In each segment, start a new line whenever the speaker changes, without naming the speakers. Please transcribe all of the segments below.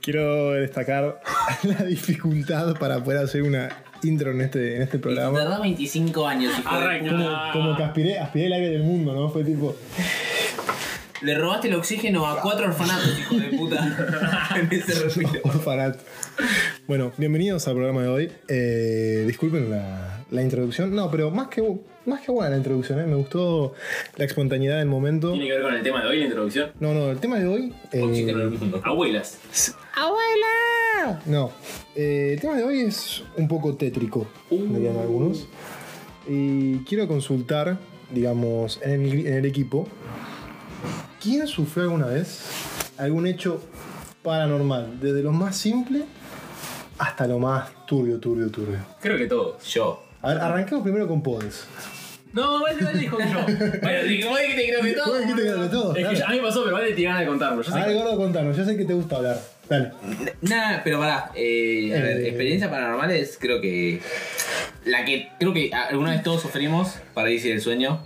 Quiero destacar la dificultad para poder hacer una intro en este, en este programa.
Tardó 25 años. hijo de-
Como, como que aspiré, aspiré el aire del mundo, ¿no? Fue tipo.
Le robaste el oxígeno a cuatro orfanatos, hijo de puta. en ese respiro.
Orfanato. Bueno, bienvenidos al programa de hoy. Eh, disculpen la, la introducción. No, pero más que, bu- más que buena la introducción, ¿eh? me gustó la espontaneidad del momento.
Tiene que ver con el tema de hoy, la introducción.
No, no, el tema de hoy. eh,
Oxígeno en el mundo. Abuelas.
¡Abuela! No, eh, el tema de hoy es un poco tétrico, dirían algunos. Y quiero consultar, digamos, en el, en el equipo, ¿quién sufrió alguna vez algún hecho paranormal? Desde lo más simple hasta lo más turbio, turbio, turbio.
Creo que todos.
Yo.
A ver, arranquemos primero con Podes.
No, Vale, Vale dijo que yo. Vale, dijo, Vale, que te creo que todo.
Vale, que te creo que todo,
Es
claro.
que a mí me pasó, pero Vale tiene ganas de contarlo. Yo sé
A ver, gordo, contanos. Yo sé que te gusta hablar. Dale.
Nada, pero pará. eh, a ver,
Eh.
experiencias paranormales, creo que. La que creo que alguna vez todos sufrimos, parálisis del sueño.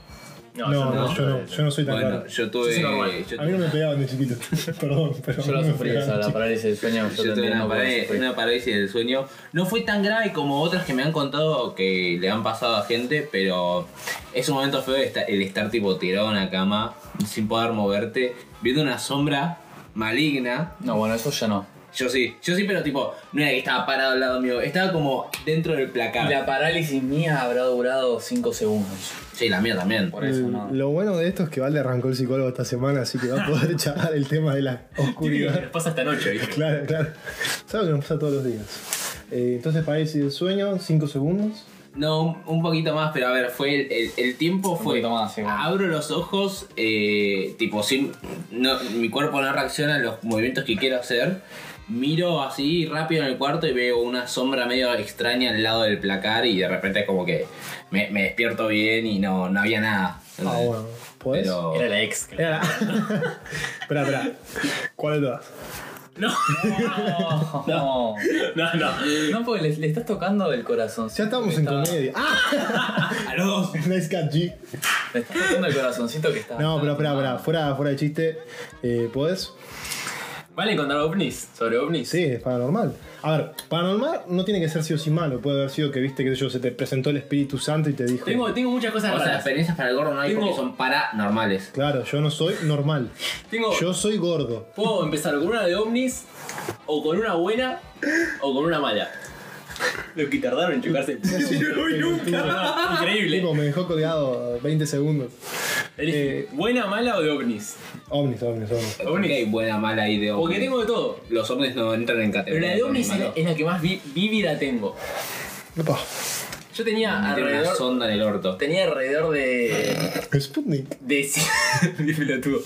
que-
No, no, yo no, yo no soy tan
Bueno,
raro.
yo
Yo soy normal.
tuve. Yo
A mí no me pegaban de chiquito. Perdón, pero.
Yo la
no me
sufrí, o sea,
pegaban de
la
chiquito.
parálisis del sueño. Yo,
Yo tuve una, pará-
parálisis.
una parálisis del sueño. No fue tan grave como otras que me han contado que le han pasado a gente, pero es un momento feo esta- el estar tipo tirado en la cama, sin poder moverte, viendo una sombra maligna.
No, bueno, eso ya no.
Yo sí, yo sí, pero tipo, no era que estaba parado al lado mío, estaba como dentro del placar.
Y la parálisis mía habrá durado 5 segundos.
Sí, la mía también.
Por eso, no.
Lo bueno de esto es que Valde arrancó el psicólogo esta semana, así que va a poder charlar el tema de la
Típico que
oscuridad.
nos pasa esta noche, ¿viste?
claro, claro. Sabes que nos pasa todos los días. Eh, entonces, parálisis del sueño, 5 segundos.
No, un, un poquito más, pero a ver, fue el, el- el tiempo fue.
poquito más, sí, bueno.
Abro los ojos, eh, tipo, sin, no, mi cuerpo no reacciona a los movimientos que quiero hacer. Miro así rápido en el cuarto y veo una sombra medio extraña al lado del placar y de repente como que me, me despierto bien y no, no había nada.
Ah, bueno. ¿Podés?
Pero-
Era la ex.
Era la- Espera, espera. ¿Cuál de todas?
No,
No, no.
no, no.
No, porque le, le estás tocando el corazón.
Ya estamos en comedia. ¡Ah!
A los dos.
Nice cat G.
Le estás tocando el corazoncito que está.
No, pero espera, espera. Fuera, fuera de chiste. Eh, ¿Podés?
Vale encontrar ovnis. Sobre ovnis.
Sí, es paranormal. A ver, paranormal no tiene que ser sí o sí malo. Puede haber sido que viste que yo se te presentó el Espíritu Santo y te dijo.
Tengo, tengo muchas cosas
O sea,
raras.
experiencias para el gorro no hay
Tengo-
porque son paranormales.
Claro, yo no soy normal.
Tengo.
Yo soy gordo.
Puedo empezar con una de ovnis, o con una buena, o con una mala. Lo que tardaron en chocarse. No, no, Increíble.
Tipo, me dejó colgado 20 segundos.
Elige,
Eh,
¿Buena, mala o de ovnis?
Ovnis, ovnis, ovnis.
Porque hay buena, mala ahí de
Porque
ovnis.
tengo de todo.
Los hombres no entran en
Pero
categoría.
la de ovnis es
malo.
la, es la que más vi- vívida tengo.
Opa.
Yo tenía
Tiene una
alrededor.
sonda en el orto.
Tenía alrededor de.
Sputnik.
de. si- qué pelotudo.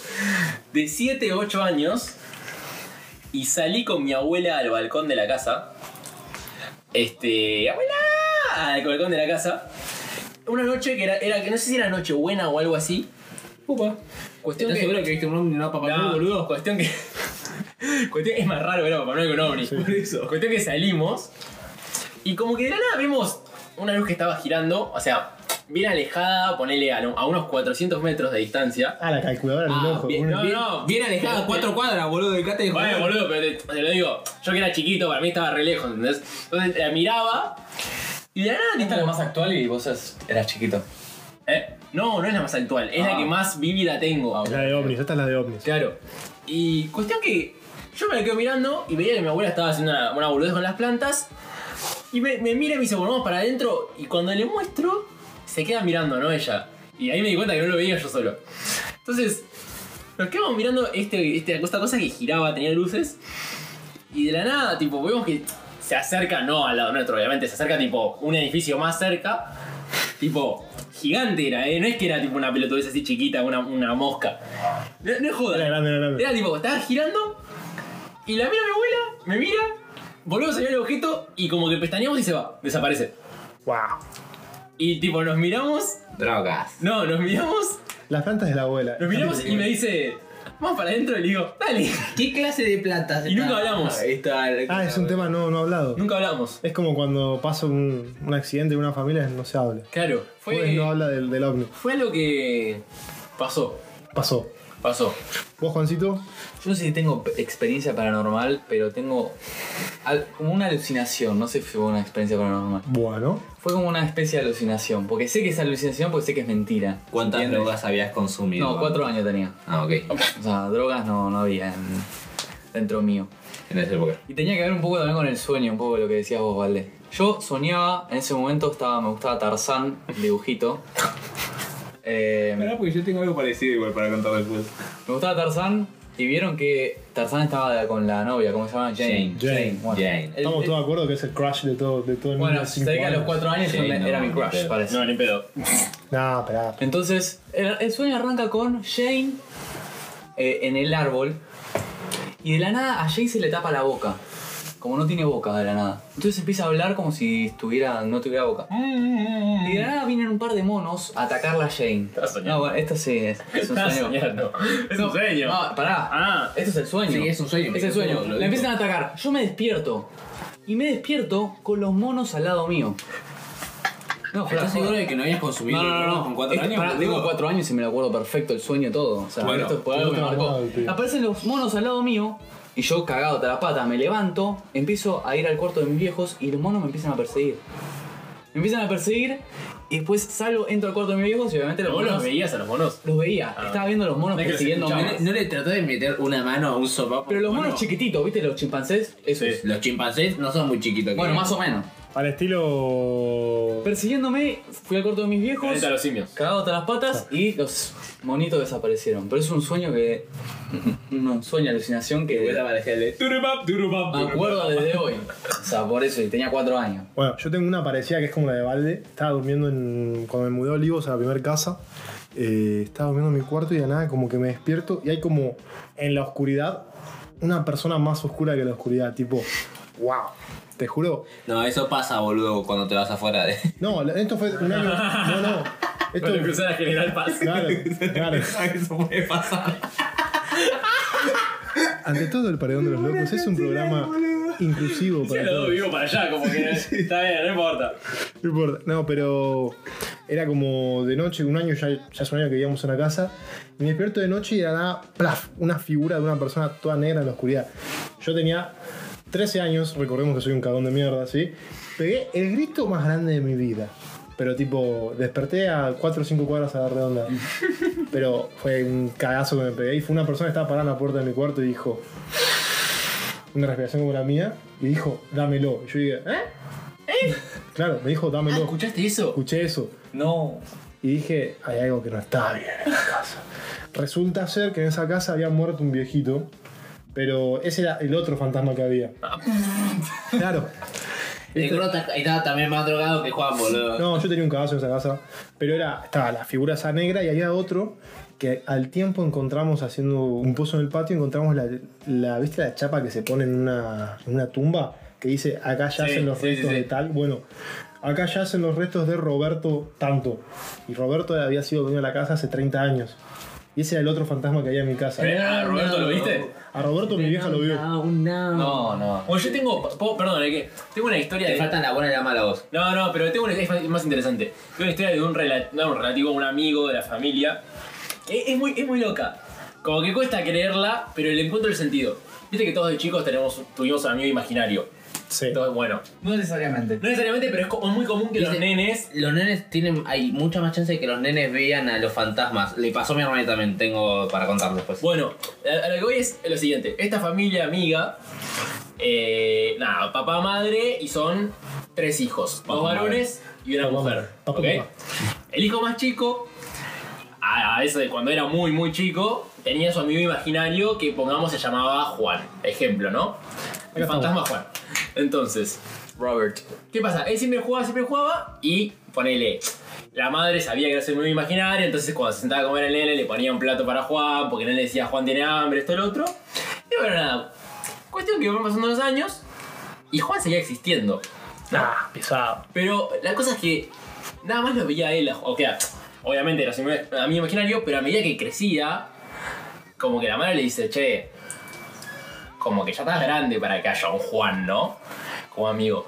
de 7, 8 años. Y salí con mi abuela al balcón de la casa. Este. ¡Abuela! Al balcón de la casa. Una noche que era. era- que no sé si era noche buena o algo así. Upa. Cuestión
¿Estás
que-
seguro que viste un hombre y no a Papá
No,
Noel, boludo?
Cuestión que. cuestión es más raro ver a Papá Noel con ovni. Por eso. Cuestión que salimos. Y como que de la nada vimos una luz que estaba girando. O sea, bien alejada, ponele a, no- a unos 400 metros de distancia.
Ah, la calculadora en el
Ah,
ojo.
bien,
Una-
no, no.
Bien alejada, cuatro cuadras, boludo, del cate de
Bueno,
jugar.
boludo, pero te, te lo digo. Yo que era chiquito, para mí estaba re lejos, ¿entendés? Entonces la miraba. Y de la nada,
Esta
tipo,
es la más actual y vos es- eras chiquito.
eh, No, no es la más actual. Es la
Ah.
que más vívida tengo.
La de ovnis, esta es la de ovnis.
Claro. Y cuestión que yo me la quedo mirando y veía que mi abuela estaba haciendo una, una boludez con las plantas. Y me, me mira y me dice, bueno, vamos para adentro. Y cuando le muestro, se queda mirando, ¿no? Ella. Y ahí me di cuenta que no lo veía yo solo. Entonces, nos quedamos mirando este, este- esta cosa que giraba, tenía luces. Y de la nada, tipo, vemos que se acerca, no al lado nuestro, obviamente, se acerca tipo un edificio más cerca. Tipo,
gigante era, ¿eh? No es que era tipo una pelotudez así chiquita, una, una mosca. No, no es joda.
Era grande, era grande.
Era tipo, estaba girando y la mira mi abuela, me mira, volvemos a mirar el objeto y como que pestañeamos y se va, desaparece.
Wow.
Y tipo, nos miramos,
Drogas.
no, nos miramos,
Las plantas de la abuela.
nos miramos y me dice, vamos para adentro y le digo, dale.
¿Qué clase de plantas?
Y nunca hablamos.
Ahí está.
Ah, es un tema no, no hablado.
Nunca hablamos.
Es como cuando pasa un, un accidente en una familia, no se habla.
Claro,
Pues
fue,
no habla del, del ovni.
fue algo que pasó,
Pasó.
pasó.
¿Vos, Juancito?
Yo no sé si tengo p- experiencia paranormal, pero tengo al- como una alucinación. No sé si fue una experiencia paranormal.
Bueno.
Fue como una especie de alucinación, porque sé que es alucinación porque sé que es mentira.
¿Cuántas
¿Entiendes?
drogas habías consumido?
No, cuatro años tenía.
Ah, ok.
O sea, drogas no, no había en- dentro mío.
En esa época.
Y tenía que ver un poco también con el sueño, un poco lo que decías vos, Valdés. Yo soñaba, en ese momento estaba, me gustaba Tarzán, el dibujito. Eh,
porque yo tengo algo parecido igual para contar después.
me gustaba Tarzán y vieron que Tarzán estaba con la novia, ¿cómo se llama? Jane.
Jane.
Jane.
bueno.
Jane.
El-
Estamos
el-
todos de acuerdo que es el crush de todo, de todo el mundo.
Bueno,
de cinco
cerca de los
años.
cuatro años
Jane,
era
no,
mi crush,
pero-
parece.
ni pedo.
Nah, esperá.
Entonces, el, el sueño arranca con Jane eh, en el árbol. Y de la nada a Jane se le tapa la boca. Como no tiene boca de la nada. Entonces empieza a hablar como si estuviera, no tuviera boca. Y de la nada vienen un par de monos a atacarla a Jane.
Estás soñando.
No, bueno, esto sí es, es un
Estás
sueño.
soñando. Es un
No,
sueño.
No, pará.
Ah.
Esto es el sueño.
Sí, es un sueño, me
Es el
quedo
sueño.
como lo
La
dijo.
empiezan a atacar. Yo me despierto. Y me despierto con los monos al lado mío. No, fuera de
¿Estás
joda.
seguro de que no habías consumido
No, no, no,
drogas
no.
con cuatro
Esto-
años?
Este, pará, tengo
boludo?
cuatro años y me lo acuerdo perfecto, el sueño, todo. O sea,
Bueno,
esto por algo
te
me
lo
marcó.
tomás, tío.
Aparecen los monos al lado mío y yo cagado hasta la pata, me levanto, empiezo a ir al cuarto de mis viejos y los monos me empiezan a perseguir. Me empiezan a perseguir y después salgo, entro al cuarto de mis viejos y obviamente los
Vos los
monos...
veías a los monos.
Los veía,
Ah.
estaba viendo a los monos
No es que los
persiguiéndome.
No, le- no le trató de meter una mano a un sopapo.
Pero los monos
Bueno,
chiquititos, ¿viste? Los chimpancés, esos.
Sí.
Los chimpancés no son muy chiquitos.
Bueno,
creo.
más o menos.
Al estilo.
Persiguiéndome, fui al cuarto de mis viejos.
Planeta de los simios.
cagado hasta las patas y los monitos desaparecieron. Pero es un sueño que. Un sueño, alucinación
Y vuelve a
que.
aparecer el de-
Turubap, turubap,
Me acuerdo desde hoy. O sea, por eso, y tenía cuatro años.
Bueno, yo tengo una parecida que es como la de Valde. Estaba durmiendo en. Cuando me mudé a Olivos a la primera casa. eh, estaba durmiendo en mi cuarto y de nada, como que me despierto. Y hay como en la oscuridad una persona más oscura que la oscuridad. Tipo, wow. Te juro.
No, eso pasa, boludo, cuando te vas afuera de.
No, esto fue un año. No, no. Esto.
Cuando cruzar a General Paz.
Claro, claro.
eso puede pasar.
Ante todo, el Paredón de los Locos es un programa inclusivo
Ya
para
los dos
todos.
vivimos para allá, como que. Está bien, no importa.
No importa. No, pero era como de noche, un año, ya, ya hace un año que vivíamos en la casa. Y me despierto de noche y era nada, plaf, una figura de una persona toda negra en la oscuridad. Yo tenía 13 años, recordemos que soy un cagón de mierda, ¿sí? Pegué el grito más grande de mi vida. Pero tipo, desperté a 4 o 5 cuadras a la redonda. Pero fue un cagazo que me pegué. Y fue una persona que estaba parada en la puerta de mi cuarto y dijo... Una respiración como la mía. Y dijo, dámelo. Y yo dije, ¿eh? Claro, me dijo, dámelo.
Ah.
¿Escuchaste eso?
Escuché eso
No.
y dije, hay algo que no está bien en la casa. Resulta ser que en esa casa había muerto un viejito, pero ese era el otro fantasma que había. Claro.
El Crota estaba también más drogado que Juan, boludo.
No, yo tenía un cagazo en esa casa, pero era, estaba la figura esa negra y había otro que al tiempo encontramos haciendo un pozo en el patio, encontramos la, la ¿viste la chapa que se pone en una, en una tumba? Que dice, acá yacen los
sí, sí,
restos
sí.
de tal. Bueno, acá yacen los restos de Roberto tanto. Y Roberto había sido dueño de la casa hace 30 años. Y ese era el otro fantasma que había en mi casa.
Ah, Roberto, ¿lo viste?
A Roberto mi vieja lo vio.
No, no.
Ah, Bueno, yo tengo. po- Perdón, ¿eh? que tengo una historia
Te
de.
faltan la buena y la mala voz.
No, no, pero tengo una es más- más interesante. Tengo una historia de un, rela- no, un relativo, un amigo de la familia. que es, muy, es muy loca. Como que cuesta creerla, pero le encuentro el sentido. Viste que todos de chicos tenemos, tuvimos un amigo imaginario.
Sí.
Entonces, bueno.
No necesariamente.
No necesariamente, pero es co- muy común que los
Dice-
nenes.
Los nenes tienen. Hay mucha más chance de que los nenes vean a los fantasmas. Le pasó a mi hermana también, tengo para contar después.
Bueno, a a lo que voy es lo siguiente. Esta familia amiga. eh, nada, papá, madre y son tres hijos. Dos
Papá,
varones y una
Papá,
mujer.
madre. Papá,
¿ok?
papá.
El hijo más chico, a, a eso de cuando era muy, muy chico, tenía su amigo imaginario que, pongamos, se llamaba Juan. Ejemplo, ¿no? El
estamos.
fantasma Juan. Entonces,
Robert.
¿qué pasa? Él siempre jugaba, siempre jugaba y ponele. la madre sabía que era un novio imaginario, entonces cuando se sentaba a comer el nene le ponía un plato para Juan, porque el nene decía Juan tiene hambre, esto, lo otro. Y bueno, nada. Cuestión que van pasando los años y Juan seguía existiendo.
Ah, pesado.
Pero la cosa es que nada más lo veía a él. a- O sea, obviamente era su im- amigo imaginario, pero a medida que crecía, como que la madre le dice, che, como que ya estás grande para que haya un Juan, ¿no? Como amigo.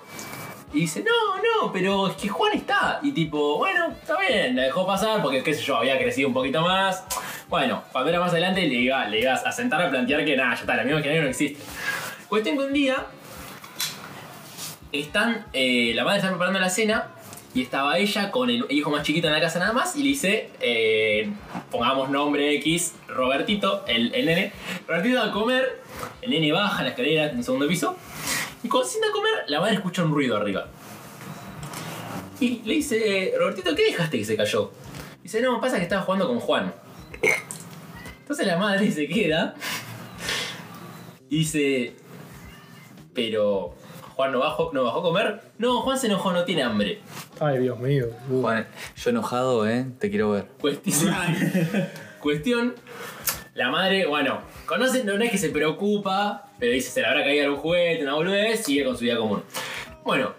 Y dice, no, no, pero es que Juan está. Y tipo, bueno, está bien, la dejó pasar porque, qué sé yo, había crecido un poquito más. Bueno, cuando era más adelante le iba, le ibas a sentar a plantear que nada, ya está, el amigo imaginario no existe. Cuestión que un día están, eh, la madre está preparando la cena y estaba ella con el hijo más chiquito en la casa nada más y le dice, eh, pongamos nombre X, Robertito, el, el nene. Robertito va a comer, el nene baja la escalera en el segundo piso y cuando se sienta a comer, la madre escucha un ruido arriba. Y le dice, eh, Robertito, ¿qué dejaste que se cayó? Dice, no, pasa que estaba jugando con Juan. Entonces la madre se queda y dice, pero Juan no bajó, no bajó a comer. No, Juan se enojó, no tiene hambre.
Ay, Dios mío. Uh.
Juan, yo enojado, ¿eh? Te quiero ver.
Cuestión. cuestión. La madre, bueno, conoce, no es que se preocupa, pero dice, se le habrá caído algún juguete, una boludez, sigue con su vida común. Bueno,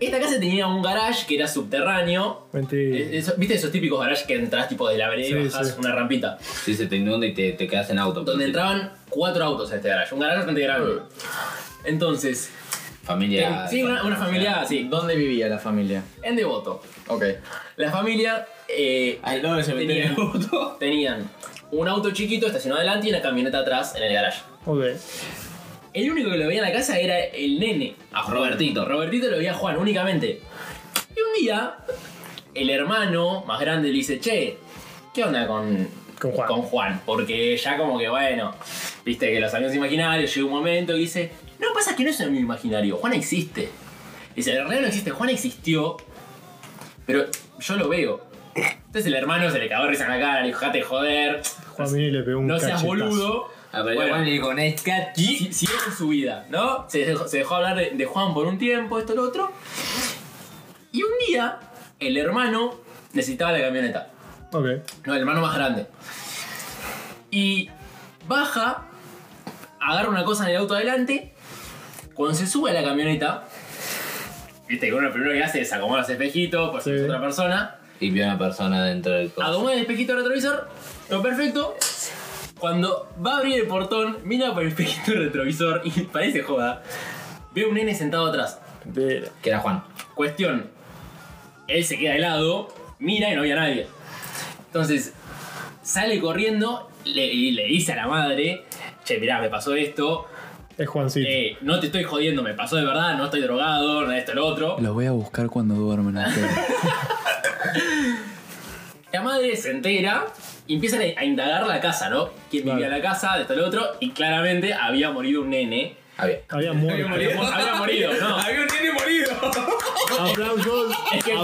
esta casa tenía un garage que era subterráneo. Eh,
Mentira.
eso- ¿Viste esos típicos garages que entras tipo de la vereda y
Sí,
bajas
sí.
una rampita?
Si se te inunda y te, te quedas en auto.
Donde entraban cuatro autos en este garage, un garage bastante grande. Entonces, eh,
Familia.
sí, una, una familia así,
¿Dónde vivía la familia?
en devoto.
Ok.
La familia eh,
Al lado del cementerio de
Tenían-
auto.
tenían un auto chiquito estacionado adelante y una camioneta atrás en el garage.
Ok.
El único que lo veía en la casa era el nene, a Robertito. Robertito lo veía a Juan únicamente. Y un día, el hermano más grande le dice, che, ¿qué onda con,
Con Juan.
Porque ya como que, bueno, viste que los amigos imaginarios, llega un momento y dice, no pasa que no es un amigo imaginario, Juan existe. Dice, en realidad no existe, Juan existió, pero yo lo veo. Entonces el hermano se le cagó de risa en la cara, le dijo, jate de joder,
Juan Miguel le pegó un
no seas
cachetazo.
boludo.
A ver,
Bueno.
Juan le digo, "Nice cat,
Y si- siguió con su vida, ¿no? Se dejó, se dejó hablar de, de Juan por un tiempo, esto, lo otro. Y un día, el hermano necesitaba la camioneta.
Ok.
No, el hermano más grande. Y baja, agarra una cosa en el auto adelante. Cuando se sube a la camioneta, viste que uno lo primero que hace es acomodar los espejitos, por si
Sí.
es otra persona.
Y vio una persona dentro del coche.
Acomoda el espejito retrovisor, todo perfecto. Cuando va a abrir el portón, mira por el espejito retrovisor y parece joda. Ve un nene sentado atrás.
Mentira.
Que era Juan.
Cuestión. Él se queda helado, mira y no había nadie. Entonces, sale corriendo le- y le dice a la madre, che, mirá, me pasó esto.
Es Juancito.
Eh, no te estoy jodiendo, me pasó de verdad, no estoy drogado, no esto, lo otro.
Los voy a buscar cuando duermen ustedes.
La madre se entera y empiezan a a indagar la casa, ¿no? ¿Quién vivía en la casa? De esto, lo otro. Y claramente había morido un nene.
A ver.
Había muerto.
Había, mu- había morido, ¿no?
un nene morido.
Aplausos.
Es que, es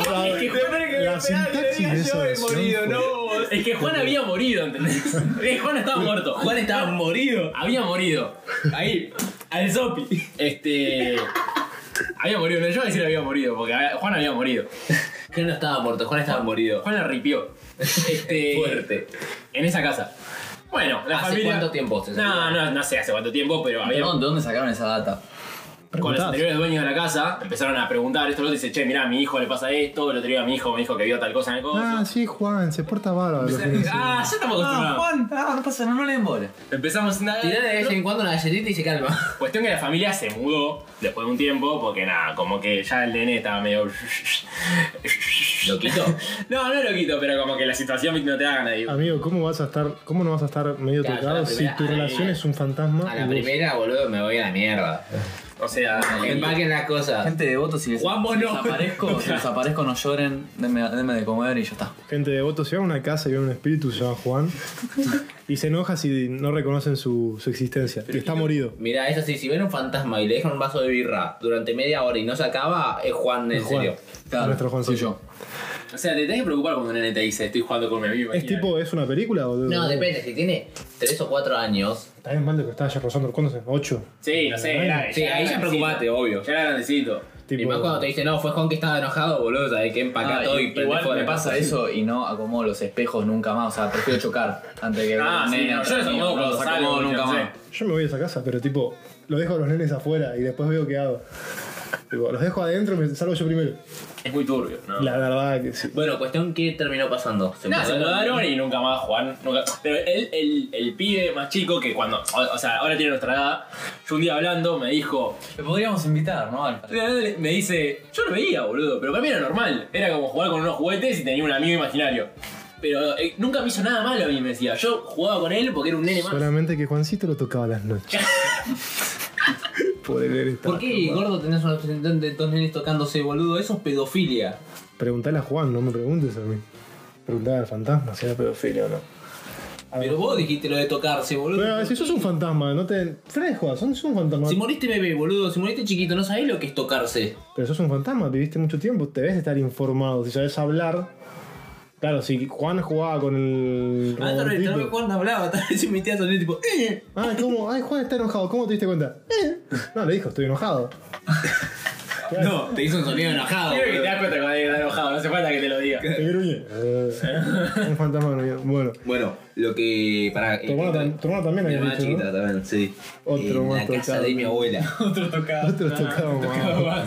que Juan,
La sintaxis de esa oración fue-
es que Juan había morido, ¿entendés? Eh, Juan estaba muerto. Juan estaba morido. Había morido. Ahí, al zopi. Este. Había morido, no, yo voy a decir había morido, porque había- Juan había morido.
Que no estaba muerto, Juan estaba morido.
Juan la ripió.
Eh,
Este,
Fuerte.
En esa casa. Bueno, la
¿Hace
familia.
cuánto tiempo se
No, no, no sé hace cuánto tiempo, pero había.
¿De dónde sacaron esa data?
con los
Preguntás.
anteriores dueños de la casa empezaron a preguntar esto, lo otro, y dice, che, mirá, a mi hijo le pasa esto, el otro día a mi hijo me dijo que vio tal cosa en el coso.
Ah, sí, Juan, se porta bárbaro. los fines de semana.
Ah, ya estamos acostumbrados.
Juan, ah, no pasa, no, no le embole.
Empezamos nada.
Tirá de vez en cuando una galletita y se calma.
Cuestión que la familia se mudó después de un tiempo, porque nada, como que ya el nene estaba medio.
¿Loquito?
No, no loquito, pero como que la situación no te da ganas de ir.
Amigo, ¿cómo vas a estar, cómo no vas a estar medio
Claro,
tocado
a la
si
primera-
tu
a la
relación
primera-
es un fantasma?
A la
y vos-
primera, boludo, me voy a la mierda.
O sea,
Ah, Empaquen las cosas.
Gente de votos, si, les-
Juan, vos
si
no.
desaparezco, si desaparezco, no lloren, denme, denme de comer y ya está.
Gente de votos, si van a una casa y ven un espíritu, se llama Juan. Y se enoja si no reconocen su, su existencia. que está morido.
Mirá, eso sí, si ven un fantasma y le dejan un vaso de birra durante media hora y no se acaba, es Juan en
Es Juan.
serio.
Nuestro
soy
Juancito.
yo.
o sea, te tenés que preocupar cuando un nene te dice estoy jugando con mi amigo.
¿Es tipo, es una película o
No, depende, si tiene 3 o 4 años.
Está bien mal de que estaba ya rozando, ¿cuántos es? ¿Ocho?
Sí, no sé, era,
Sí, ahí ya
era
preocupate,
grandecito.
obvio.
Ya era grandecito.
Tipo,
Y más cuando te dice, no, fue Juan que estaba enojado, boludo, sabes que empaca
Ah,
todo
y-
y, prende
igual
fuego
me
la
pasa
casa.
eso y no acomodo los espejos nunca más. O sea, prefiero chocar antes que.
Ah,
un
sí,
nene
no, yo
atrás
los
mío,
acomodo
no
cuando
los
salgo,
acomodo
viste,
nunca
no sé.
más.
Yo me voy a esa casa, pero tipo, los dejo a los nenes afuera y después veo qué hago. Tipo, los dejo adentro y me salgo yo primero.
Es muy turbio, ¿no?
La verdad que sí.
Bueno, cuestión que terminó pasando. Se
Nada, se
mudaron.
mudaron y nunca más Juan. Nunca... Pero él, el, el pibe más chico que cuando. O, o sea, ahora tiene nuestra edad. Yo un día hablando me dijo.
Lo podríamos invitar, ¿no? Al-
Me dice. Yo lo veía, boludo. Pero para mí era normal. Era como jugar con unos juguetes y tenía un amigo imaginario. Pero eh, nunca me hizo nada malo a mí, me decía. Yo jugaba con él porque era un nene más.
Solamente que Juancito lo tocaba a las noches. Por el nene estaba
¿Por qué,
traumado.
gordo, tenés una representante de dos nenes tocándose, boludo? Eso es pedofilia.
Preguntale a Juan, no me preguntes a mí. Preguntale al fantasma si era pedofilia o no.
Pero vos dijiste lo de tocarse, boludo.
Pero si sos un fantasma, no te. Fresco, sos un fantasma.
Si moriste bebé, boludo, si moriste chiquito, no sabés lo que es tocarse.
Pero sos un fantasma, viviste mucho tiempo, te debes estar informado, si sabes hablar. Claro, si Juan jugaba con el.
Ah, tal vez- tal vez
robotito.
Juan no hablaba, tal vez se metía a salir tipo, "Eh".
Ah, ¿cómo? Ay, Juan está enojado, ¿cómo te diste cuenta? Eh. No, le dijo, estoy enojado.
No, te hizo un sonido enojado.
Creo que
boludo.
te das cuenta cuando alguien está enojado, no hace falta que te lo diga.
Te gruñe. Eh, un fantasma gruñe. Bueno,
Bueno, lo que. Pará, eh,
tu hermana, tam- tu hermana también
mi
había
hermana
dicho, ¿no?
chiquita también, sí.
Otro
en
más
la casa
tocado.
de mi abuela.
Otro tocado.
Nosotros tocábamos.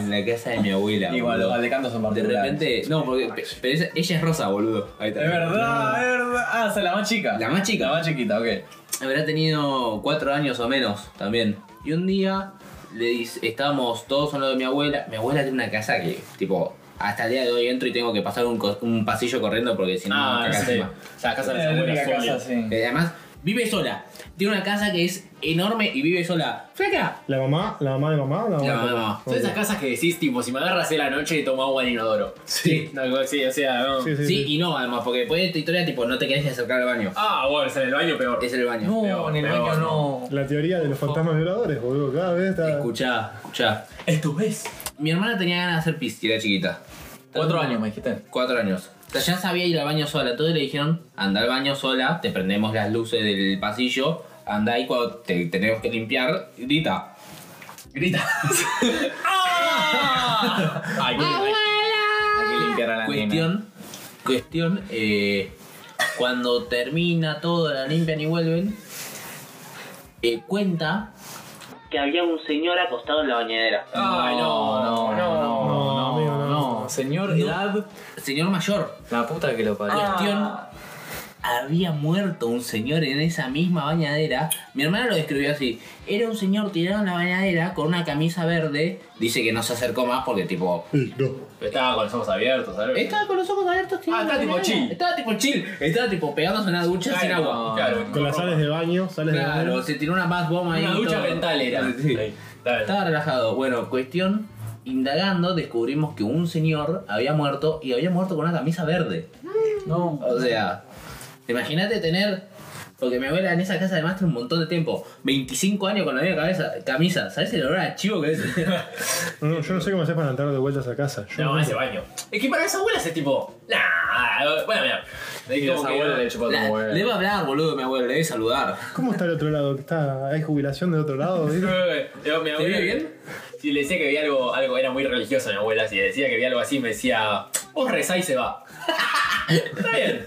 en la casa de mi abuela.
Igual,
boludo.
los valdecantos son
De
particulares.
repente. No, porque. pe- Pero ella, ella es rosa, boludo. Ahí está.
Es verdad, es verdad. Ah, o sea, la más chica.
La más chica.
La más chiquita, ok.
Habrá tenido cuatro años o menos también. Y un día le dice, estábamos todos al lado de mi abuela. Mi abuela tiene una casa que, tipo, hasta el día de hoy entro y tengo que pasar un, co- un pasillo corriendo porque si no,
Ah,
me caca
sí.
encima.
O sea, la casa de
Es
las
la
abuelas.
única
Sonia.
Eh, casa, sí.
Eh, Además, vive sola. Tiene una casa que es enorme y vive sola. ¡Flaca!
¿La mamá? ¿La mamá de mamá o la mamá?
La
de
mamá de
papá?
mamá.
Son esas casas que decís, tipo, si me agarras de la noche y tomo agua en inodoro.
Sí.
No, igual sí, o sea, no.
Sí, sí,
Sí,
sí.
y no, además, porque después de esta historia, tipo, no te querés ni acercar al baño.
Ah, bueno, es en el baño peor.
Es el baño.
No,
Peor,
en el
peor,
baño no.
La teoría de los fantasmas violadores, boludo. Cada vez está.
Escuchá, escuchá.
¿Es tu vez?
Mi hermana tenía ganas de hacer pis, y era chiquita.
Cuatro años me dijiste.
Cuatro años. O sea, ya sabía ir al baño sola. Entonces le dijeron, anda al baño sola, te prendemos las luces del pasillo, anda y cuando te tenemos que limpiar, grita.
Grita. ¡Ah! Ay, qué guay.
Hay que limpiar a la nena.
Cuestión, cuestión, eh, cuando termina todo, la limpian y vuelven, eh, cuenta que había un señor acostado en la bañadera.
Ay, no,
no, no, no,
no, amigo, no,
no. Señor edad,
Señor mayor.
la puta que lo parió.
Cuestión,
Ah.
había muerto un señor en esa misma bañadera. Mi hermana lo describió así. Era un señor tirado en la bañadera con una camisa verde. Dice que no se acercó más porque tipo...
Sí, no.
Pero Estaba con los ojos abiertos, ¿sabes?
Estaba con los ojos abiertos, tío.
Ah, estaba tipo chill.
Estaba tipo chill. Estaba tipo pegándose en una ducha
Claro,
sin agua.
Claro,
Con las sales de baño, sales de
Claro,
baño.
se tiró una bath bomb ahí.
Una ducha
todo.
mental era.
Sí.
Ahí, está bien.
Estaba relajado. Bueno, cuestión... Indagando, descubrimos que un señor había muerto y había muerto con una camisa verde.
No.
O sea, imagínate tener. Porque mi abuela en esa casa además tiene un montón de tiempo. 25 años con la misma cabeza, camisa. ¿Sabes el olor a chivo que es?
No, no, yo no sé cómo hacer para entrar de vueltas a casa. Yo
No, ese baño. Es que para las abuelas es tipo. Nah, bueno, mira.
Y
Como
los
que-
abuelos le chupan
La-
un
le
huevo.
debe hablar, boludo, mi abuela, le debe saludar.
¿Cómo está el otro lado? ¿Está, ¿Hay jubilación del otro lado? ¿viste?
Yo, mi abuela,
vive bien?
Si le decía que había algo, algo, era muy religiosa mi abuela, si le decía que había algo así, me decía, vos rezá y se va. Está bien.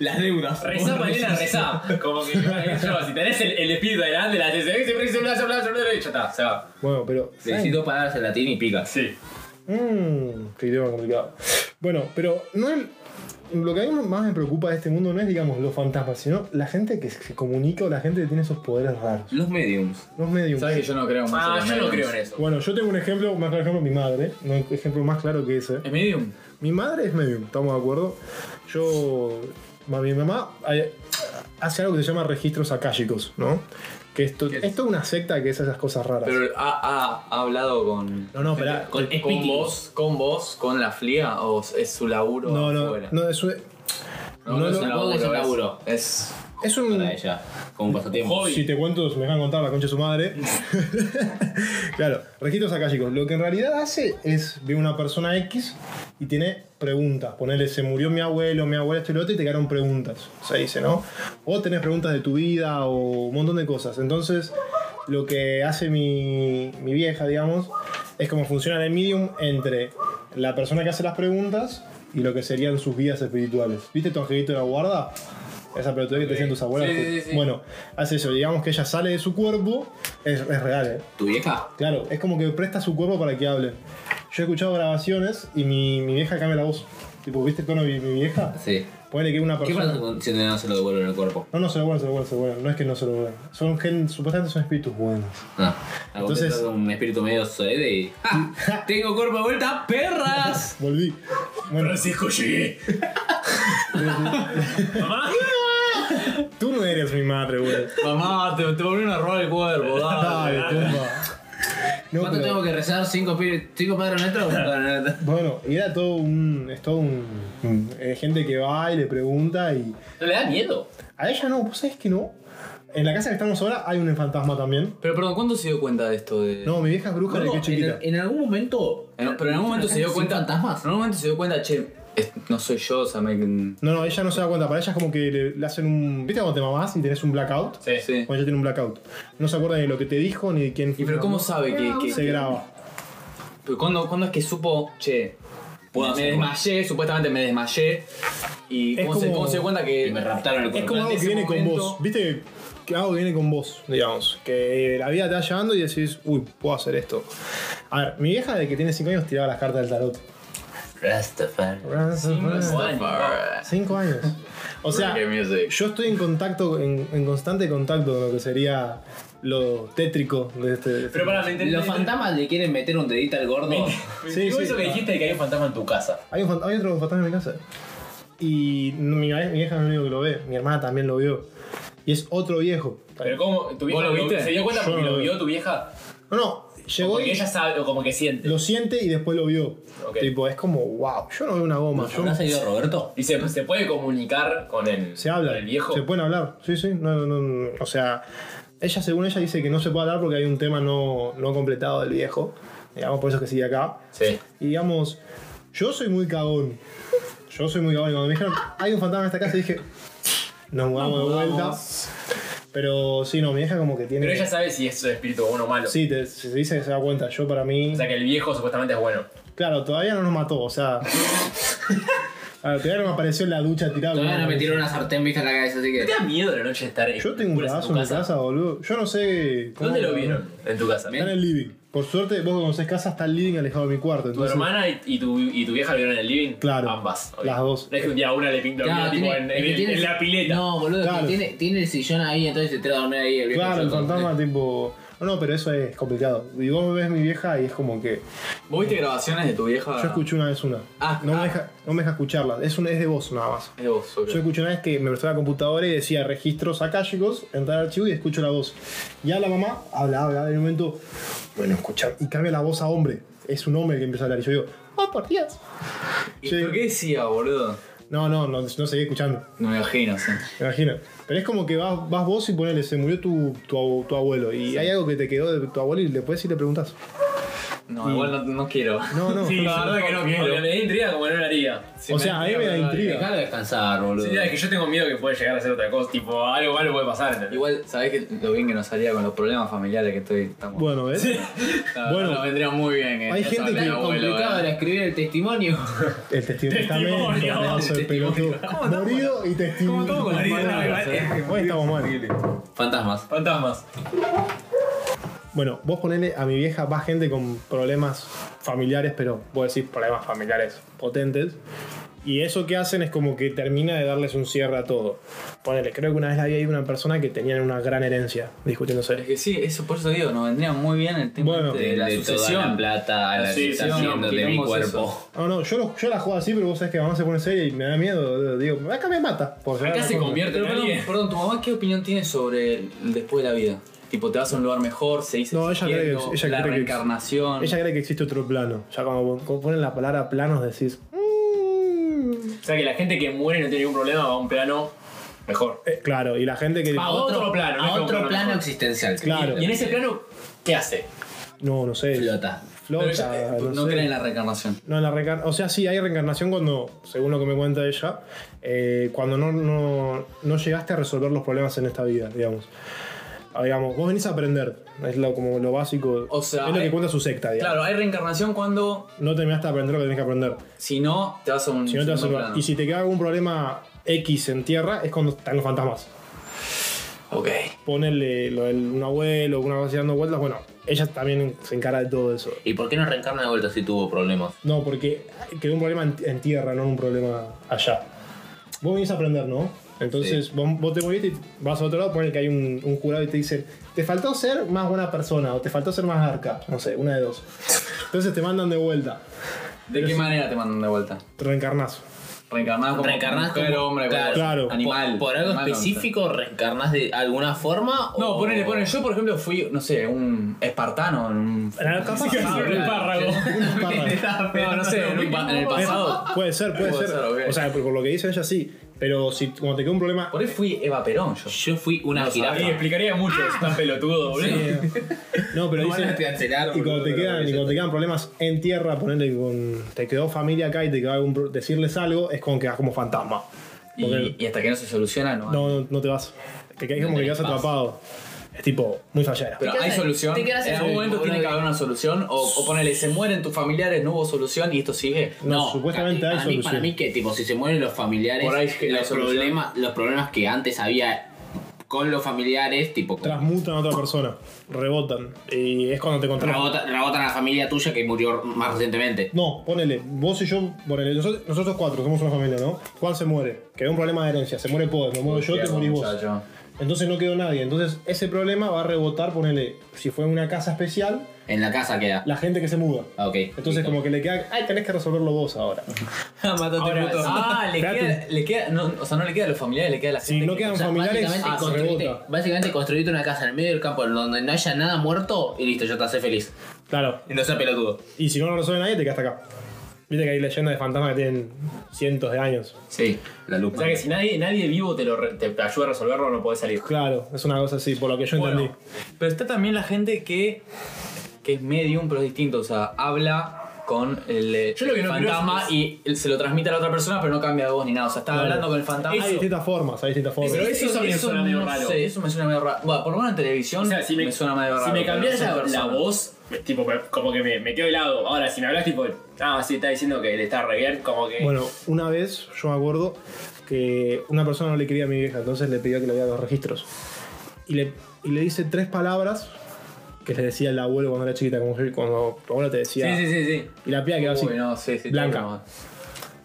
Las deudas.
Rezá, Malena, rezá. Como que yo, si tenés el, el espíritu delante, la "Eh, CCB siempre dice bla, bla, bla, bla, bla, y ya está, se va.
Bueno, pero.
Necesito palabras en latín y picas.
Sí.
Mmm, qué idioma complicado. Bueno, pero no es- lo que a mí más me preocupa de este mundo no es, digamos, los fantasmas, sino la gente que se comunica o la gente que tiene esos poderes raros.
Los mediums.
Los medios.
Sabes que yo no creo más en
Ah,
los
yo no
mediums.
creo en eso.
Bueno, yo tengo un ejemplo, más claro ejemplo, mi madre. No un ejemplo más claro que ese.
¿Es medium?
Mi madre es medium, estamos de acuerdo. Yo. ma- Mi mamá eh, hace algo que se llama registros akáshicos, ¿no? Que esto,
es?
esto es una secta que es esas cosas raras.
Pero ha, ha- ha hablado con.
no, no, espera.
Con
con
espíritus.
vos, con vos, con la flia o es su laburo
No, no,
afuera?
no, eso es, no lo-
es un
tampoco es un laburo.
laburo. Es,
es un.
Para ella, como un pasatiempo.
Hobby.
Si te cuento, me dejan contar la concha de su madre. claro, registros akáshicos. Lo que en realidad hace es ve una persona X y tiene preguntas. Ponele, se murió mi abuelo, mi abuela, esto y lo otro, y te quedaron preguntas. Se dice, ¿no? O tenés preguntas de tu vida o un montón de cosas. Entonces, lo que hace mi, mi vieja, digamos, es como funciona el medium entre la persona que hace las preguntas y lo que serían sus guías espirituales. ¿Viste tu angelito de la guarda? Esa pelotuda que te hacían tus abuelas.
Sí, sí, sí, sí.
Bueno, hace eso. Digamos que ella sale de su cuerpo. Es, es real, ¿eh?
¿Tu vieja?
Claro, es como que presta su cuerpo para que hable. Yo he escuchado grabaciones y mi, mi vieja cambia la voz. Tipo, ¿viste el tono de mi, mi vieja?
Sí.
Ponele que una
¿Qué
persona.
pasa con- si no se lo devuelven en el cuerpo?
No, no, se lo vuelven, se lo vuelven, se lo vuelven. No es que no se lo vuelven. Son gen, supuestamente son espíritus buenos.
No. Algo
Ah. Entonces-
te toca un espíritu medio soede y. ¡Ja! ¡Tengo cuerpo de vuelta, perras!
Volví. Bueno,
Francisco, llegué.
tú no eres mi madre, güey.
Mamá, te, te volvieron a robar el cuerpo,
Dale, pumba. No,
¿Cuánto
pero-
tengo que rezar? ¿Cinco, pi- cinco padres nuestros? Bueno, no, no.
Bueno, y era todo un. Es todo un. eh, gente que va y le pregunta y.
¿No le da miedo?
A ella no, ¿vos sabés que no? En la casa que estamos ahora hay un fantasma también.
Pero perdón, ¿cuándo se dio cuenta de esto? De...
No, mi vieja es bruja de
Luego,
que
en,
es chiquita.
en algún momento.
Eh, no, Pero en algún momento se dio
¿Sin
cuenta.
fantasmas?
En algún momento se dio cuenta, che, es- no soy yo, o sea, me.
No, no, ella no se da cuenta. Para ella es como que le, le hacen un. ¿Viste cuando te mamás y tenés un blackout?
Sí.
Sí.
Bueno, ella tiene un blackout. No se acuerda ni de lo que te dijo ni de quién
¿Y pero cómo sabe que.? que-
se graba.
pero ¿cuándo, cuándo es que supo, che,
Puedo
me
hacer
desmayé, supuestamente me desmayé? ¿Y
Es
cómo, se,
como-
cómo se dio cuenta
Y
que.?
me raptaron el
Eh, Es
cuerpo.
como algo que
ese
viene con
momento-
vos. ¿Viste que, que algo que viene con vos, digamos? Que eh, la vida te va llevando y decís, uy, puedo hacer esto. A ver, mi vieja de que tiene 5 años tiraba las cartas del tarot.
Rastafari.
Cinco años. O sea,
Reggae music.
yo estoy en contacto, en, en constante contacto con lo que sería lo tétrico de este. de este-
Pero para, me entendí.
Los fantasmas le quieren meter un dedito al gordo.
Me
Sí,
intrigó
sí.
eso que dijiste de que hay un fantasma en tu casa.
Hay, un fant- hay otro fantasma en mi casa. Y mi, mi vieja es el único que lo ve. Mi hermana también lo vio. Y es otro viejo.
Pero cómo, tu vieja
lo viste?
se dio cuenta
Yo
porque
no
lo
lo vi.
vio tu vieja.
No, no, llegó
Porque
y
ella sabe o como que siente.
lo siente y después lo vio.
Ok.
Tipo, es como, wow, yo no veo una goma. yo-
¿No ha salido Roberto?
Y se, se puede comunicar con el,
se habla.
con el viejo.
Se pueden hablar. Sí, sí. No, no, no, o sea, ella según ella dice que no se puede hablar porque hay un tema no, no completado del viejo. Digamos, por eso es que sigue acá.
Sí.
Y digamos, yo soy muy cagón. Yo soy muy cagón. Y cuando me dijeron, hay un fantasma en esta casa, dije, nos mudamos de vuelta. Pero sí, no, mi hija como que tiene.
Pero ella sabe si es espíritu bueno o malo.
Sí, te- se dice que se da cuenta. Yo para mí.
O sea que el viejo supuestamente es bueno.
Claro, todavía no nos mató, o sea. A ver, todavía no me apareció en la ducha tirado.
Todavía no me tiró una sartén vieja en la cabeza, así
¿No te
que.
da miedo la noche de estar en
Yo tengo un
oscuras
pedazo
tu
en mi casa, boludo. Yo no sé. cómo-
¿Dónde lo vieron? En tu casa.
Está en el living. Por suerte, vos que conocés casa, está el living alejado de mi cuarto.
Tu
Entonces,
hermana y, y tu, y tu vieja lo vieron en el living.
Claro.
Ambas. ok.
Las dos.
No es que un día una le pintó
Claro,
tipo
tiene-
en,
es
en
que
el-
tiene-
en la pileta.
No, boludo, es que
Claro.
tiene, tiene el sillón ahí, entonces se trata de dormir ahí el viejo.
Claro, el
Nosotros,
fantasma,
¿no?
tipo. No, pero eso es complicado. Y vos ves mi vieja y es como que.
¿Vos viste grabaciones de tu vieja?
Yo escuché una vez una.
Ah,
no,
ah.
Me deja, no me deja escucharla. Es, una, es de voz nada más.
Es de vos, ok.
Yo escuché una vez que me prestó la computadora y decía registros akáshicos, entrar al archivo y escucho la voz. Y a la mamá habla, habla, en un momento, bueno, escucha, y cambia la voz a hombre. Es un hombre que empieza a hablar y yo digo, oh, por Dios.
¿Y
Sí.
pero qué decía, boludo?
No, no, no, no seguí escuchando.
No me imagino, sí.
Me imagino. Pero es como que vas, vas vos y ponele, se murió tu, tu, abu- tu abuelo. Y hay algo que te quedó de tu abuelo y después sí le preguntas.
No, igual no, no quiero.
No, no.
Sí, la verdad que no quiero. Me da intriga como no lo haría.
o sea, a mí me da intriga.
Dejalo descansar, boludo.
Sí, es que yo tengo miedo que pueda llegar a ser otra cosa. Tipo, algo malo puede pasar. ¿entendés?
Igual, sabés que lo bien que nos salía con los problemas familiares que estoy. Estamos...
Bueno, ¿ves?
No,
bueno.
nos vendría muy bien. eh,
Hay
ya
gente
saben,
que-
mi abuelo,
Complicado
eh.
era escribir el testimonio.
El testigo de testamento,
Testimonio,
pedazo de pelotudo. Morido y testigo.
estamos con las palabras, eh?
Hoy estamos mal.
Fantasmas.
Fantasmas.
Bueno, vos ponele a mi vieja, va gente con problemas familiares, pero vos decís problemas familiares potentes. Y eso que hacen es como que termina de darles un cierre a todo. Ponele, creo que una vez había ido una persona que tenía una gran herencia discutiéndose.
Es que sí, eso por eso digo, nos vendría muy bien el tema
Bueno.
este de, la
De toda la
sucesión.
plata a la que
sucesión,
está haciendo de mi
quilombo es eso.
cuerpo.
No, no, yo, lo- yo la juego así, pero vos sabés que mamá se pone seria y me da miedo. boludo. Digo, acá me mata. por llegar a
Acá
la
se
contra.
convierte
Pero
en
perdón,
alguien.
perdón, ¿tu mamá qué opinión tiene sobre el después de la vida? Tipo, te vas a un lugar mejor, se dice
No, ella cree que-
infierno,
ella
la
cree que-
reencarnación.
Ella cree que existe otro plano. Ya cuando pon- ponen la palabra planos decís. "Mm".
O sea que la gente que muere y no tiene ningún problema va a un plano mejor.
Eh, claro, y la gente que.
Ah, A otro plano, no
A
es como
otro
plano
plano
mejor.
existencial.
Claro.
Y en ese plano, ¿qué hace?
No, no sé.
Flota.
Flota.
eh,
no,
sé.
cree en la reencarnación.
No, en la reencar- O sea, sí, hay reencarnación cuando, según lo que me cuenta ella, eh, cuando no, no, no llegaste a resolver los problemas en esta vida, digamos. Ah, Digamos, vos venís a aprender. Es lo, como lo básico.
O sea,
es lo que
hay-
cuenta su secta, digamos.
Claro, hay reencarnación cuando,
No terminaste de aprender lo que tenés que aprender.
si no, te vas a un.
Si no te vas a-
segundo plano.
Y si te queda algún problema X en tierra, es cuando están los fantasmas.
Ok.
Ponerle lo del- un abuelo, una cosa así dando vueltas, bueno, ella también se encara de todo eso.
¿Y por qué no reencarna de vuelta si tuvo problemas?
No, porque quedó un problema en, en tierra, no un problema allá. Vos venís a aprender, ¿no? Entonces, vos, vos te moviste y vas a otro lado, ponen que hay un, un jurado y te dicen, te faltó ser más buena persona o te faltó ser más arca, no sé, una de dos. Entonces te mandan de vuelta,
¿De qué manera te mandan de vuelta?
te reencarnás.
Reencarnás como
Reencarnás
mujer,
como-
hombre,
claro.
Claro.
animal.
¿Por, por algo
animal,
específico reencarnás de alguna forma?
hombre. No,
o-
ponele, ponele. Yo, por ejemplo, fui, no sé, un espartano en un.
Capaz que sí,
pasado,
un
claro.
espárrago.
No, no sé, en, un pa- en el pasado.
Puede ser, puede,
Puede
ser.
ser, ok.
O sea, por, por lo que dice ella sí, pero si cuando te queda un problema...
Por ahí fui Eva Perón yo.
Yo fui una jirafa.
Y explicaría mucho, es tan pelotudo, boludo.
eh, No, pero
No
dice...
van a cancelar,
Ah, Y cuando,
boludo,
te
pero
quedan, y
eso
cuando te quedan problemas en tierra, ponerle con. Te quedó familia acá y te quedó algún. pro- decirles algo, es como que vas como fantasma.
Y, y hasta que no se soluciona, no.
No, no, no te vas. Que quedas como que
tenés
quedas atrapado. Es tipo, muy fallera.
Pero
Te
hay
quedas-
solución.
te quedas en
En algún
el-
momento tiene que haber una solución. O, o ponele, se mueren tus familiares, no hubo solución y esto sigue.
No, supuestamente
para
hay
mí-
solución.
Para mí que tipo, si se mueren los familiares,
Por ahí es que hay
los,
solución.
problemas, los problemas que antes había con los familiares, tipo,
Transmutan a otra persona. Rebotan. Y es cuando te controlan.
rebota- rebotan a la familia tuya que murió más recientemente.
No, ponele, vos y yo, ponele, nosotros, nosotros cuatro somos una familia, ¿no? Juan se muere, quedó un problema de herencia, se muere Poder, me muero yo, te
Hostia,
morís vos.
muchacho.
Entonces no quedó nadie, entonces ese problema va a rebotar, ponele, si fue una casa especial,
En la casa queda.
la gente que se muda.
Ah, ok.
Entonces como que le queda, ay, tenés que resolverlo vos ahora.
Ahora, ah, le
Espérate.
queda, le queda no, o sea, no le queda a los familiares, le queda a la
Si
gente.
no
que-
quedan
O sea,
familiares,
básicamente,
se
construirte,
rebota.
básicamente construirte una casa en el medio del campo en donde no haya nada muerto y listo, yo te hace feliz.
Claro,
Y no sea pelotudo.
y si no lo resuelve nadie, te quedas acá. Viste que hay leyendas de fantasmas que tienen cientos de años.
Sí, la
O
lupa.
sea que si nadie, nadie vivo te, lo re- te, te ayuda a resolverlo, no podés salir.
Claro, es una cosa así, por lo que yo
Bueno,
entendí.
pero está también la gente que, que es medium, pero es distinto. O sea, habla con el, eh,
Yo lo que no
fantasma
creo es-
y él se lo transmite a la otra persona, pero no cambia de voz ni nada. O sea, está
Claro.
hablando con el fantasma.
Hay distintas formas, hay distintas formas.
Pero eso también suena medio
no
raro.
sé, eso me suena medio raro. Bueno, por lo menos en televisión
O sea, si me,
suena medio raro.
si me
pero
cambias
no soy
la, la
persona.
voz, me- tipo, me- como que me, me quedo helado. Ahora, si me hablas, tipo, ah, sí, está diciendo que le está re bien, como que.
Bueno, una vez yo me acuerdo que una persona no le quería a mi vieja, entonces le pidió que le diera los registros. Y le, y le dice tres palabras que le decía el abuelo cuando era chiquita, como que cuando tu abuelo te decía.
Sí, sí, sí, sí.
Y la piba quedó así.
Uy, no, sí, sí,
Blanca.
no.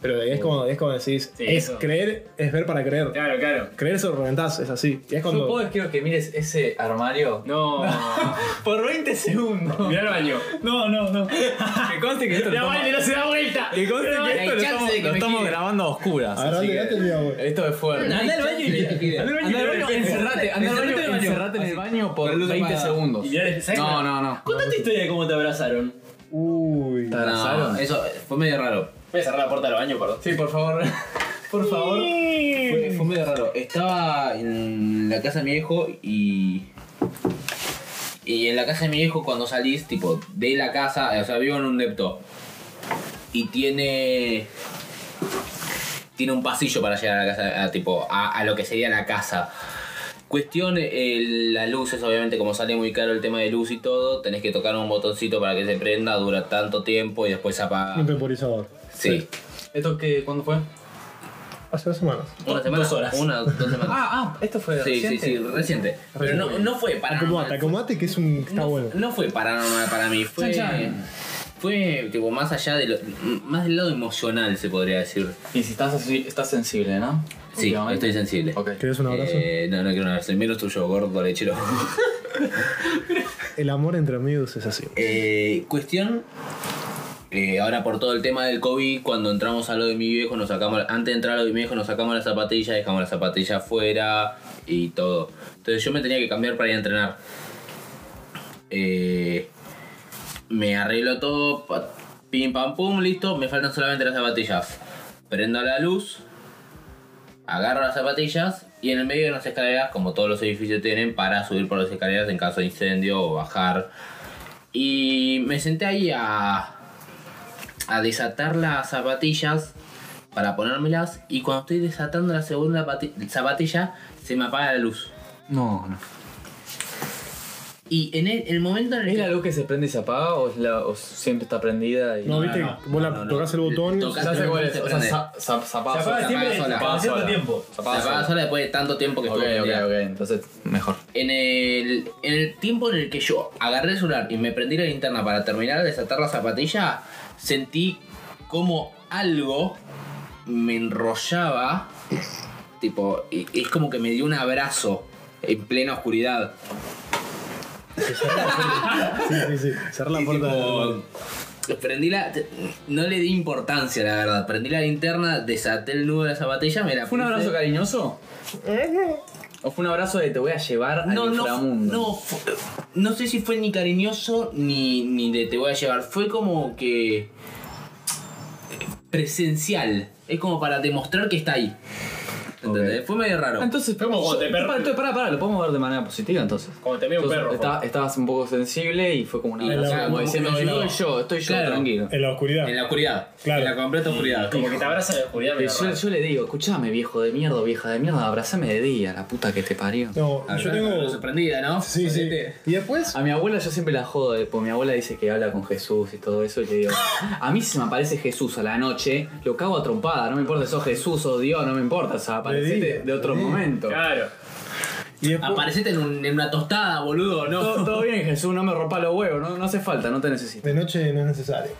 Pero es como, es como decís,
Sí,
es
eso.
creer, es ver para creer.
Claro, claro.
Creer se lo reventás, es así. Y es
Yo
cuando.
puedo quiero que mires ese armario
No.
por 20 segundos.
Mirá el baño.
No, no, no. Que conste que esto lo
La
estamos-
baile no se da vuelta.
que conste que
hay
esto lo
chance de
estamos,
que
lo
me
estamos
gire.
grabando a oscuras.
Ahora
así
le
que-
daste mi abuelo.
Esto es fuerte.
Andá al baño y-
Andá al baño, encerrate, andá al baño, encerrate en el baño por 20 segundos.
Y mirá, ¿sabés
No,
qué?
no, no.
Contá tu historia de cómo te abrazaron.
Uy.
¿Te
No,
abrazaron?
eso fue medio raro.
Voy a cerrar la puerta del baño, perdón.
Sí, por favor. Por favor.
Fue, fue medio raro. Estaba en la casa de mi viejo y. Y en la casa de mi viejo, cuando salís, tipo, de la casa, o sea, vivo en un depto. Y tiene. Tiene un pasillo para llegar a la casa, a, tipo, a, a lo que sería la casa. Cuestión, eh, las luces, obviamente, como sale muy caro el tema de luz y todo, tenés que tocar un botoncito para que se prenda, dura tanto tiempo y después se apaga.
Un temporizador.
Sí.
¿Esto qué? ¿Cuándo fue?
Hace dos semanas.
Una semana.
Dos horas.
Una, dos semanas.
Ah, ah, esto fue
Sí, sí, sí,
reciente.
reciente. Pero no, no fue
Acomodate,
paranormal.
acomodate que es un. está
no,
bueno.
no fue paranormal para mí, fue.
Chan, chan.
Fue tipo más allá de lo, m- más del lado emocional se podría decir.
Y si estás así, estás sensible, ¿no?
Sí,
Últimamente.
estoy sensible.
Ok.
¿Querés un abrazo?
Eh, no, no quiero un abrazo. El Menos tuyo, gordo lechero.
El amor entre amigos es así.
Eh, cuestión. eh, ahora por todo el tema del COVID, cuando entramos a lo de mi viejo, nos sacamos. Antes de entrar a lo de mi viejo, nos sacamos las zapatillas, dejamos las zapatillas afuera y todo. Entonces yo me tenía que cambiar para ir a entrenar. Eh, me arreglo todo, pa- pim pam pum, listo. Me faltan solamente las zapatillas. Prendo la luz, agarro las zapatillas y en el medio de unas escaleras, como todos los edificios tienen, para subir por las escaleras en caso de incendio o bajar. Y me senté ahí a, a desatar las zapatillas para ponérmelas y cuando estoy desatando la segunda pati- zapatilla se me apaga la luz.
No, no.
Y en el, el momento en el
¿Es
que-
la luz que se prende y se apaga o, es la- o siempre está prendida? Y...
No, viste,
no,
vos la
no, no.
tocas el botón.
Tocás-
Ya sé cuál es. O sea,
Se
sa- sa- se
Se
apaga
apaga
sola.
siempre
apaga sola.
en
Apaga
cierto
sola.
tiempo.
Se
Se
apaga
apaga
sola.
sola después de tanto tiempo que
Ok,
estuve
ok,
ya.
ok. Entonces, mejor.
En el, en el tiempo en el que yo agarré el celular y me prendí la linterna para terminar de desatar la zapatilla, sentí como algo me enrollaba. Tipo, y- y es como que me dio un abrazo en plena oscuridad.
Sí, sí, sí. Cerrar la
Y
puerta. del-
tipo, prendí la. te- No le di importancia, la verdad. Prendí la linterna, desaté el nudo de la zapatilla, me la
¿Fue un
puse.
abrazo cariñoso? ¿O fue un abrazo de te voy a llevar
No,
al
no,
inframundo?
no, fu- no sé si fue ni cariñoso ni, ni de te voy a llevar. Fue como que. presencial. Es como para demostrar que está ahí. ¿Entendés? Fue medio raro.
Ah, Entonces,
Fue como cuando te per-
pará, entonces, pará, pará, lo podemos ver de manera positiva entonces.
Como te mira un
Entonces,
perro.
está- estabas un poco sensible y fue como una
Y
abrazo,
la-
como diciendo,
como que
yo,
yo-
yo, estoy yo,
Claro.
tranquilo.
En la oscuridad.
En la oscuridad.
Claro.
En la completa oscuridad.
Como que te abraza en la oscuridad,
Que
medio
Yo,
raro.
yo le digo, escuchame viejo de mierda, o vieja de mierda, abrazame de día, la puta que te parió.
No,
Ah,
yo
claro,
tengo.
sorprendida, ¿no?
Sí, sí.
Sorprendente.
Y después.
A mi abuela yo siempre la jodo, eh, porque mi abuela dice que habla con Jesús y todo eso, y le digo, a mí si se me aparece Jesús a la noche, lo cago a trompada, no me importa si sos Jesús o Dios, no me importa, o sea, aparecete
digo,
de otro
le digo.
momento.
Claro.
Y después
Aparecete en, un- en una tostada, boludo, ¿no?
Todo, todo bien Jesús, no me rompa los huevos, no, no hace falta, no te necesito.
de noche no es necesario.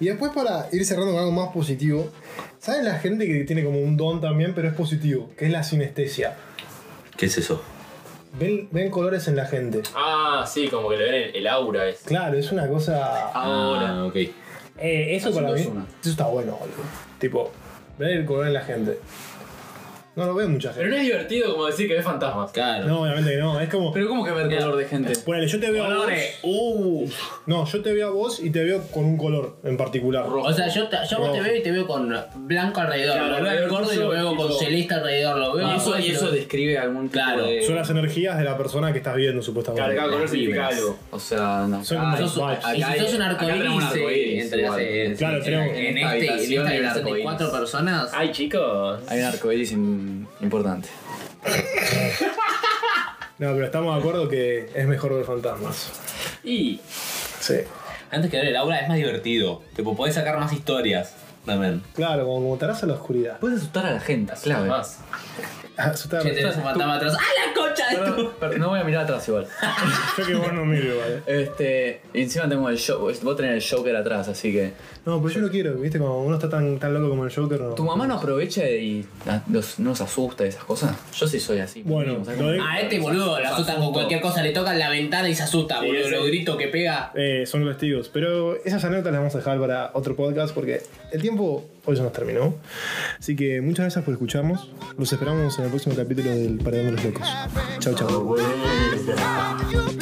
Y después, para ir cerrando con algo más positivo, ¿saben la gente que tiene como un don también, pero es positivo? Que es la sinestesia.
¿Qué es eso?
Ven, ven colores en la gente.
Ah, sí, como que le ven el, el aura ese.
Claro, es una cosa.
Ahora.
ok.
Eh, eso
Así
para
no
mí.
es una.
Eso está bueno, boludo. Tipo, ver el color en la gente. No lo ve mucha
Pero
gente.
no es divertido como decir que ves fantasmas.
Claro.
No, obviamente que no. Es como.
Pero ¿cómo que ver color de gente?
Ponele, yo te veo a vos.
Colores.
Uh, no, yo te veo a vos y te veo con un color en particular.
O sea, yo, te- yo a vos te
Rojo.
veo y te veo con blanco alrededor.
Claro,
lo veo al
alrededor
gordo y lo
tuyo,
veo con
tipo-
celeste alrededor. Lo veo
y Ah, eso,
al-
y eso describe algún tipo
Claro.
de...
Son las energías de la persona que estás viendo, supuestamente.
Claro, cada color
las
significa
vibras.
algo.
O sea, no.
Son
Ay,
como
Sos-
vibes.
y si
acá-
sos un
acá tenemos
arcoíris,
un arcoíris, eh,
entre-
igual.
en-
Claro,
en-
tenemos-
en,
en esta
este- en
habitación
esta
hay un
habitación de
arcoíris.
cuatro personas.
Ay, chicos.
Hay un arcoíris im- importante.
No, pero estamos de acuerdo que es mejor ver fantasmas.
Y
Sí.
Antes que ver el aura es más divertido. Tipo, podés sacar más historias también.
Claro, como, como te harás a la oscuridad.
Puedes asustar a la gente, clave.
Ah.
más.
Asustar.
Che, tenés
Yo
un fantasma atrás. ¡Ah, la concha de tu!
Pero- pero no voy a mirar atrás igual.
que vos no miro, vale.
Este, y encima tengo el show, vos tenés el Joker atrás, así que
No, pero yo no quiero, viste, como uno está tan, tan loco como el Joker. No.
tu mamá no aprovecha y ah, los- no nos asusta y esas cosas. Yo sí soy así.
Bueno,
O sea,
lo de-
A este boludo lo asustan con cualquier cosa, le tocan la ventana y se asusta,
Sí,
boludo.
ese-
Lo grito que pega.
Eh, son testigos. Pero esas anécdotas las vamos a dejar para otro podcast porque el tiempo hoy se nos terminó. Así que muchas gracias por escucharnos. Los esperamos en el próximo capítulo del Paredón de los Locos. Chau, chau.
You